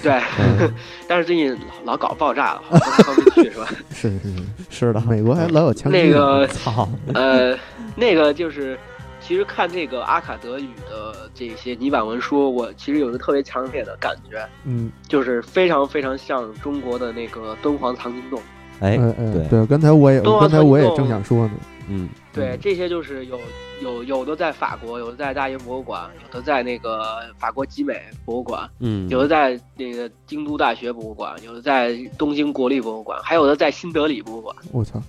对，嗯但是最近老老搞爆炸了，好像不方便去 是吧？是是是，是的，美国还老有枪击呢那个操，呃，那个就是，其实看这个阿卡德语的这些泥板文书，我其实有一个特别强烈的感觉，嗯就是非常非常像中国的那个敦煌藏经洞。哎，哎哎对对，刚才我也东刚方才神我也洞正想说呢，嗯，对，这些就是有有有的在法国，有的在大英博物馆，有的在那个法国集美博物馆，嗯，有的在那个京都大学博物馆，有的在东京国立博物馆，还有的在新德里博物馆。我操，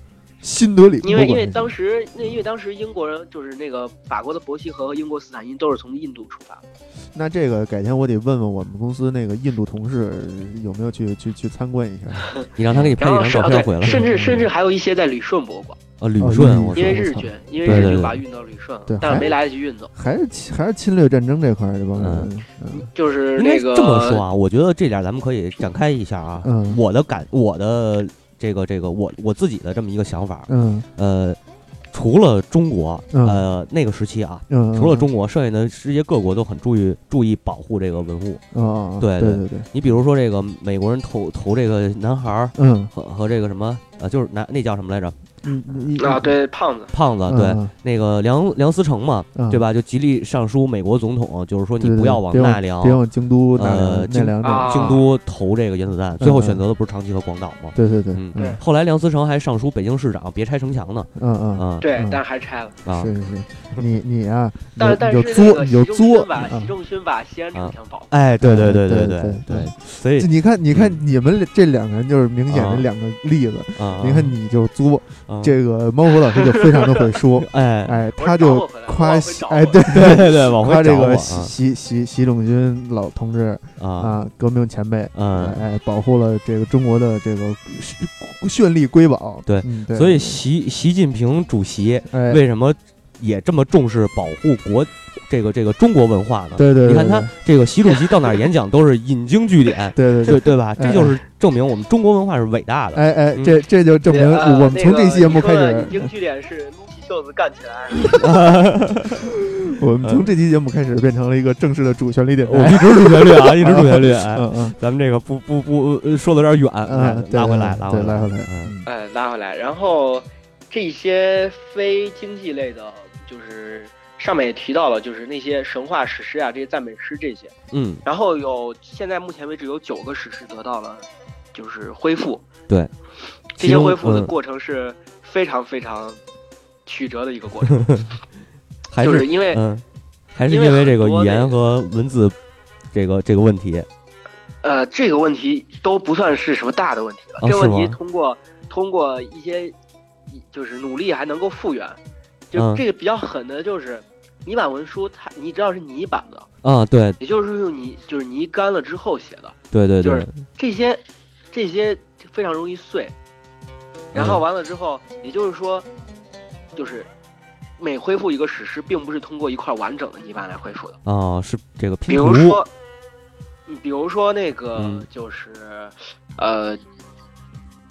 新德里因为因为博物馆当时那因为当时英国人就是那个法国的伯希和和英国斯坦因都是从印度出发的。那这个改天我得问问我们公司那个印度同事有没有去去去参观一下，你让他给你拍然几张后是照啊，片回来对，，甚嗯至甚至还有一些在旅顺博物馆，啊，旅哦顺，因为我因为说日操军，因为对日对军对把它运到旅顺了对，但还是没来得及运走， 还是侵还是侵略战争这块儿这帮人，嗯就是应该那个这么说啊，我觉得这点咱们可以展开一下啊。嗯我的感，我的这个这个我我自己的这么一个想法，嗯呃，除了中国，嗯呃那个时期啊，嗯，除了中国，剩下的世界各国都很注意注意保护这个文物。啊，对对对对对，你比如说这个美国人投投这个男孩儿嗯和和这个什么呃，就是男那叫什么来着？嗯你啊，对胖子，嗯胖子，对，那个梁梁思成嘛，对对？吧？就极力上书美国总统，就是说嗯你对对不要对往别奈良、别往京都奈良呃奈京良啊那，京都投这个原子弹，最后嗯选择的不是长崎和广岛吗？对对对，嗯嗯对后来梁思成还上书北京市长别拆城墙呢，嗯啊对嗯，但是还拆了。啊是是是，你你啊，你但是但是你就那作个你习就仲作勋啊把。习仲勋把西安城墙保护，哎，对对对对对对对对，所以就你看，你看你们这两个人就是明显的啊两个例子。啊，你看，你就作，啊，这个猫火老师就非常的会说 哎 哎，我他找就我回来夸我习找哎，我对 对对对，往回夸这找我个习习习习仲勋老同志啊啊，革命前辈，啊嗯，哎，保护了这个中国的这个绚丽瑰宝。对嗯，所以习习近平主席哎，为什么也这么重视保护国这个这个中国文化呢？对对，对，你看他，这个习主席到哪儿演讲都是引经据典对对对对对吧？这就是证明我们中国文化是伟大的。哎哎，嗯这这就证明对呃我们从那这个期节目你说开的始引，经据典是撸起袖子干起来，我们从这期节目开始变成了一个正式的主旋律电嗯我们台。一直主旋律啊，一直主旋律。哎，嗯嗯咱们这个不不不呃说的有点远，哎嗯，对拉回来，拉回对来，拉回来。嗯嗯哎，拉回来，然后这些非经济类的，就是上面也提到了，就是那些神话史诗啊，这些赞美诗这些。嗯，然后有现在目前为止有九个史诗得到了就是恢复，对，这其些中恢复的嗯过程是非常非常曲折的一个过程，还就是是因 为、嗯，还是因因为为这个很多语那言个和文字这个这个问题，呃这个问题都不算是什么大的问题了，哦这个问题是吗通过通过一些就是努力还能够复原，就嗯这个比较狠的就是泥板文书，它你知道是泥板的，啊，对也就是用泥就是泥干了之后写的，对对就对是，这些这些非常容易碎，嗯然后完了之后，也就是说，就是每恢复一个史诗，并不是通过一块完整的泥板来恢复的。啊，是这个比拼如图，说，嗯比如说那个嗯就是，呃，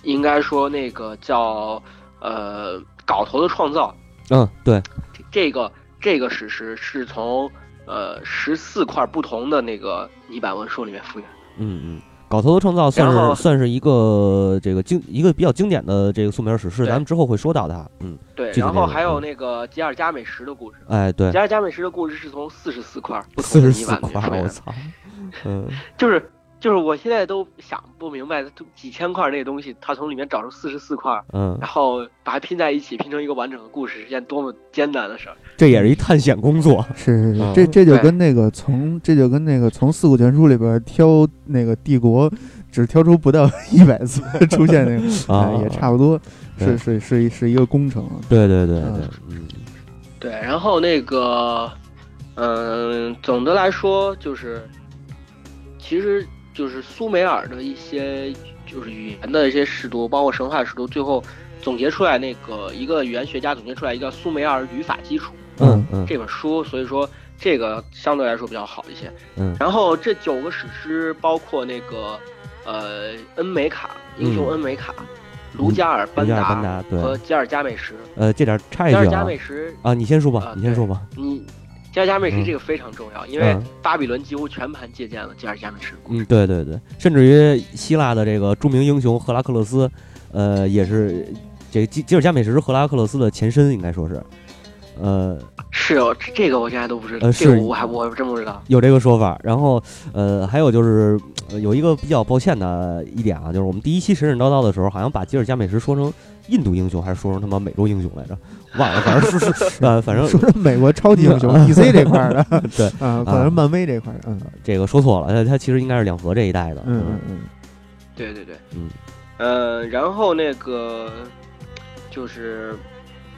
应该说那个叫呃镐头的创造，嗯，对，这这个这个史诗是从呃十四块不同的那个泥板文书里面复原的。嗯嗯。搞头的创造算然后是算是一个这个经一个比较经典的这个素描史诗，对咱们之后会说到它。嗯，对，具体然内后容还有嗯那个吉尔加美什的故事。哎，对《加尔加美什》的故事是从四十四块不四同的十泥四板里面出块，来我的，操！嗯，就是就是我现在都想不明白，都几千块那个东西，它从里面找出四十四块，嗯， 然后把它拼在一起，拼成一个完整的故事，是件多么艰难的事儿。这也是一探险工作。是是是嗯，这这就对跟那个从这就跟那个从四库全书里边挑那个帝国，只挑出不到一百 次出现那个，啊哎也差不多，是对是是一是一个工程。对对对嗯对，嗯对，然后那个，嗯、总的来说就是，其实就是苏美尔的一些就是语言的一些试读，包括神话试读，最后总结出来那个一个语言学家总结出来一个苏美尔语法基础。嗯嗯这本书，所以说这个相对来说比较好一些。嗯然后这九个史诗包括那个呃恩美卡英雄嗯恩美卡，卢加尔班卢加尔班达达对和吉尔加美什。呃，这点儿插一吉尔句加啊美什，啊，你先说吧啊，你先对说吧，你吉尔加美什嗯这个非常重要，因为嗯巴比伦几乎全盘借鉴了吉尔加美什。嗯，对对对，甚至于希腊的这个著名英雄赫拉克勒斯，呃，也是这个吉吉尔加美什是赫拉克勒斯的前身，应该说是，呃，是哦，这这个我现在都不知道，呃这个是我还我真不知道。有这个说法。然后，呃，还有就是、呃有一个比较抱歉的一点啊，就是我们第一期神神叨叨的时候，好像把吉尔加美什说成印度英雄，还是说成他妈美洲英雄来着？忘了，反正是 是呃，反正说的美国超级英雄 嗯 DC 这块儿的，对啊，可能是漫威这块儿的，嗯这个说错了，他他其实应该是两河这一带的。嗯嗯嗯，对对对，嗯，呃，然后那个就是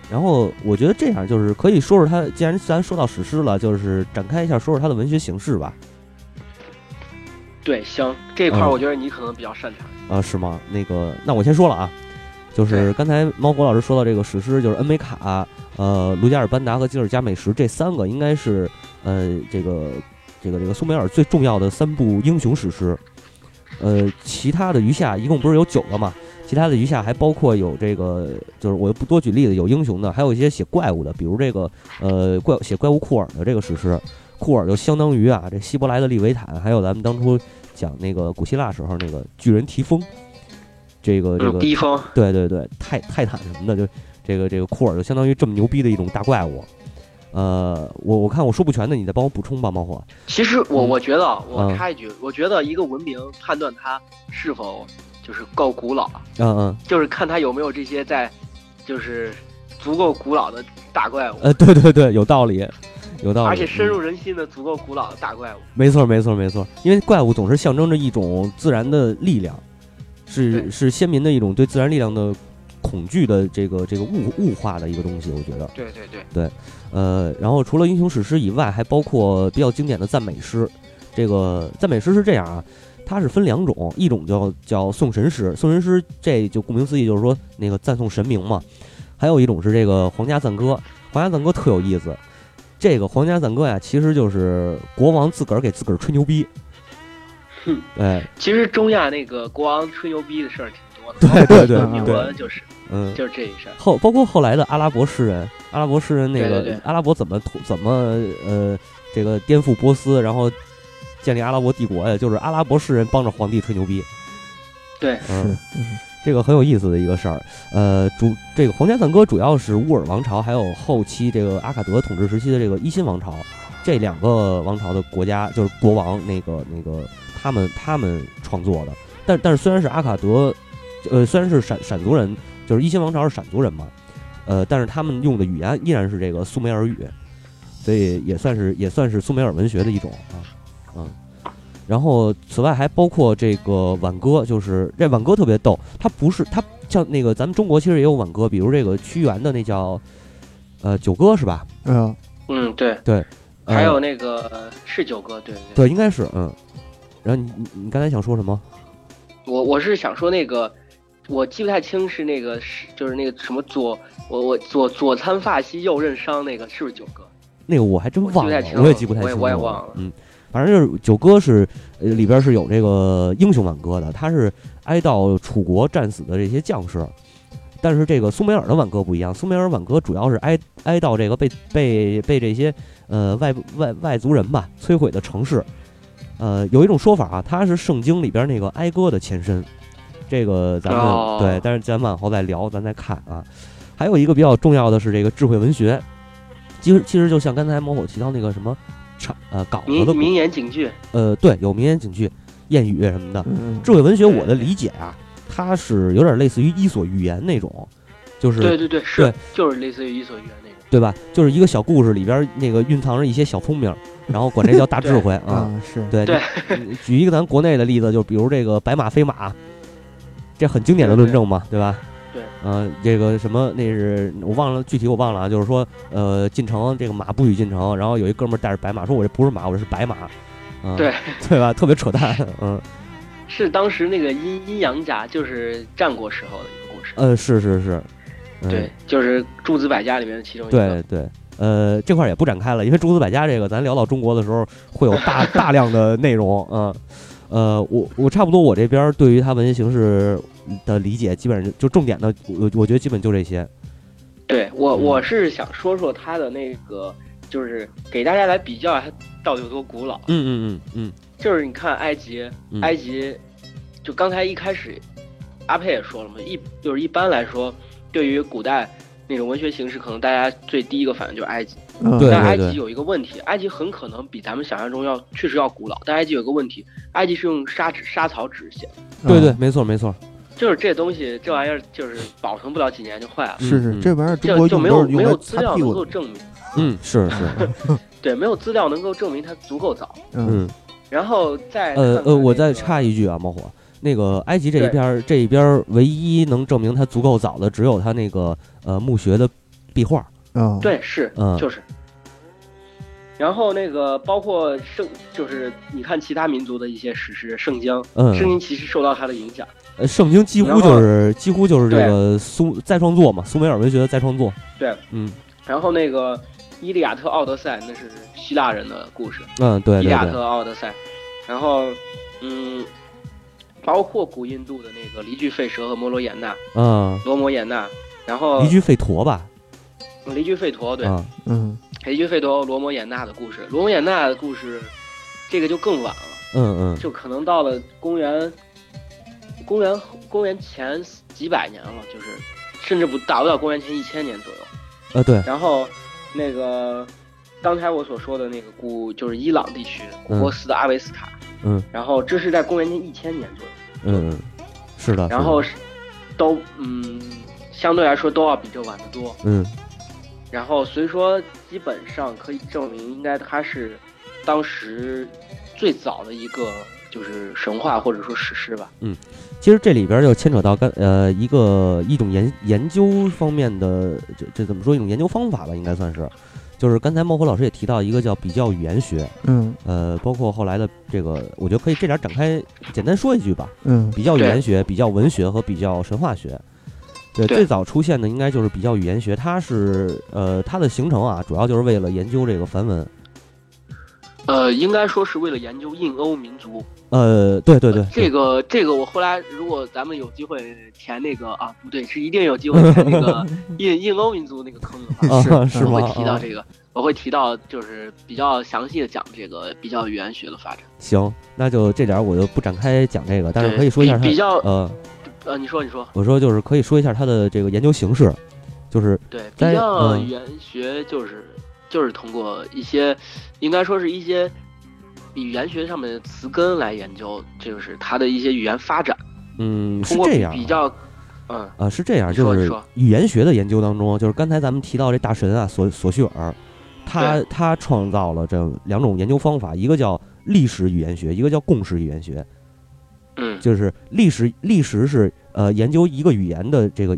然后我觉得这样就是可以说说他，既然咱说到史诗了，就是展开一下说说他的文学形式吧。对香这一块，嗯我觉得你可能比较擅长。啊，是吗？那个，那我先说了啊，就是刚才猫火老师说到这个史诗，就是恩梅卡、呃，卢加尔班达和吉尔加美什这三个，应该是呃，这个这个这个苏美尔最重要的三部英雄史诗。呃，其他的余下一共不是有九个嘛？其他的余下还包括有这个，就是我就不多举例子，有英雄的，还有一些写怪物的，比如这个呃怪写怪物库尔的这个史诗，库尔就相当于啊这希伯来的利维坦，还有咱们当初讲那个古希腊时候那个巨人提丰，这个这嗯，个第一方对对对，泰泰坦什么的，就这个这个库尔就相当于这么牛逼的一种大怪物。呃，我我看我说不全的，你再帮我补充吧，猫火。其实我嗯我觉得啊，我嗯插一句，我觉得一个文明判断它是否就是够古老，啊嗯嗯，就是看它有没有这些在，就是足够古老的大怪物，呃，对对对，有道理，有道理。而且深入嗯人心的足够古老的大怪物。没错没错没错，因为怪物总是象征着一种自然的力量，是对是先民的一种对自然力量的恐惧的这个这个物物化的一个东西，我觉得。对对对，呃，然后除了英雄史诗以外，还包括比较经典的赞美诗。这个赞美诗是这样啊，它是分两种，一种叫叫颂神诗，颂神诗这就顾名思义就是说那个赞颂神明嘛。还有一种是这个皇家赞歌，皇家赞歌特有意思。这个皇家赞歌呀，其实就是国王自个儿给自个儿吹牛逼。哼哎，其实中亚那个国王吹牛逼的事儿挺多的，对对对包括民国就是嗯，就是这一事儿。后包括后来的阿拉伯诗人，阿拉伯诗人那个对对对阿拉伯怎么统怎么呃这个颠覆波斯，然后建立阿拉伯帝国呀，就是阿拉伯诗人帮着皇帝吹牛逼。对是嗯，嗯这个很有意思的一个事儿。呃，主这个皇家赞歌主要是乌尔王朝，还有后期这个阿卡德统治时期的这个一心王朝，这两个王朝的国家就是国王那个那个他们他们创作的。但但是虽然是阿卡德，呃，虽然是闪闪族人，就是一心王朝是闪族人嘛，呃，但是他们用的语言依然是这个苏美尔语，所以也算是也算是苏美尔文学的一种啊，嗯。然后，此外还包括这个挽歌，就是这挽歌特别逗，它不是它像那个咱们中国其实也有挽歌，比如这个屈原的那叫，呃九歌是吧？哎呀，嗯对，呃还有那个是九哥，对对。对，应该是嗯。然后你你你刚才想说什么？我我是想说那个，我记不太清是那个是就是那个什么左我我左左参发兮右任伤那个是不是九哥？那个我还真我记忘不太了，清我也了记不太我清也楚我也忘了嗯，反正就是九歌是呃里边是有这个英雄挽歌的，他是哀悼楚国战死的这些将士。但是这个苏美尔的挽歌不一样，苏美尔挽歌主要是哀哀悼这个被被被这些呃外外外族人吧摧毁的城市。呃，有一种说法啊，它是圣经里边那个哀歌的前身。这个咱们、哦对，但是咱往后再聊，咱再看啊。还有一个比较重要的是这个智慧文学，其实其实就像刚才猫火提到那个什么场呃稿子名的故名言警句，呃，对，有名言警句、谚语什么的。嗯智慧文学，我的理解啊，它是有点类似于《伊索寓言》那种，就是对对对是对就是类似于伊索寓言那种。对吧？就是一个小故事里边那个蕴藏着一些小聪明，然后管这叫大智慧啊。啊是，对，对你举 一个咱国内的例子，就比如这个白马非马，这很经典的论证嘛，对吧？对，呃，这个什么那是我忘了具体我忘了啊，就是说呃进城这个马不许进城，然后有一哥们儿带着白马说我这不是马，我这是白马，嗯、对 对吧？特别扯淡，嗯是当时那个阴阴阳家，就是战国时候的一个故事。呃是是是，嗯、对，就是诸子百家里面的其中一对个。对，呃，这块儿也 不展开了，因为诸子百家这个，咱聊到中国的时候会有大大量的内容，嗯、呃，呃，我我差不多我这边对于它文学形式的理解，基本上就重点的，我我觉得基本就这些。对我嗯我是想说说它的那个，就是给大家来比较它到底有多古老。嗯嗯嗯就是你看埃及，嗯，埃及，就刚才一开始，阿佩也说了嘛，一就是一般来说，对于古代那种文学形式，可能大家最第一个反应就是埃及。嗯对但埃及有一个问题，埃及很可能比咱们想象中要确实要古老，但埃及有一个问题，埃及是用沙纸沙草纸写的，对对，没错没错，就是这东西这玩意儿就是保存不了几年就坏了，是嗯是，这玩意儿中就国就用没都有是用没来有资擦料屁能股够的，证明，嗯是 是，对，没有资料能够证明它足够早。嗯嗯然后再呃看看呃，我哎那再个插一句啊，猫火，那个埃及这一对边儿这一边儿唯一能证明它足够早的，只有它那个呃墓穴的壁画。啊，对，是，嗯就是。然后那个包括圣，就是你看其他民族的一些史诗，圣经，嗯，圣经其实受到它的影响。呃，圣经几乎然后就是几乎就是这对个苏再创作嘛，苏美尔文学的再创作。对，嗯然后那个《伊利亚特》《奥德赛》，那是希腊人的故事，嗯，对伊利对亚对，特》《奥德赛》。然后，嗯，包括古印度的那个离居吠舍和摩罗衍那、嗯，罗摩衍那，然后离居费陀吧，离居吠陀，对，啊，嗯离居吠陀、罗摩衍那的故事。罗摩衍那的故事，这个就更晚了。嗯嗯就可能到了公元，公元公元前几百年了，就是甚至不达不到公元前一千年左右。呃，对，然后那个刚才我所说的那个古就是伊朗地区古波斯的阿维斯塔，嗯，然后这是在公元前一千年左右，嗯嗯，是的，是然的后是都嗯相对来说都要比这晚得多。嗯然后所以说基本上可以证明，应该它是当时最早的一个就是神话或者说史诗吧。其实这里边儿就牵扯到跟呃一个一种研研究方面的这这怎么说一种研究方法吧，应该算是，就是刚才孟获老师也提到一个叫比较语言学，嗯呃，包括后来的这个，我觉得可以这点儿展开简单说一句吧，嗯比较语对言学、比较文学和比较神话学。对，对最早出现的应该就是比较语言学，它是呃它的形成啊，主要就是为了研究这个梵文。呃，应该说是为了研究印欧民族。呃，对对对，这个这个，我后来如果咱们有机会填那个啊，不对，是一定有机会填那 个印印欧民族那个坑的话，啊是嗯是吗我？会提到啊这个，我会提到就是比较详细的讲这个比较语言学的发展。行，那就这点儿我就不展开讲这个，但是对可以说一下比它比较呃，呃，你说你说，我说就是可以说一下它的这个研究形式，就是对，比但是较嗯语言学就是就是通过一些，应该说是一些语言学上面的词根来研究，就是它的一些语言发展，嗯是通过这样啊比较，嗯，啊，是这样，你说就是你说语言学的研究当中，就是刚才咱们提到这大神啊，索索绪尔，他他创造了这两种研究方法，一个叫历史语言学，一个叫共识语言学，嗯，就是历史历史是呃研究一个语言的这个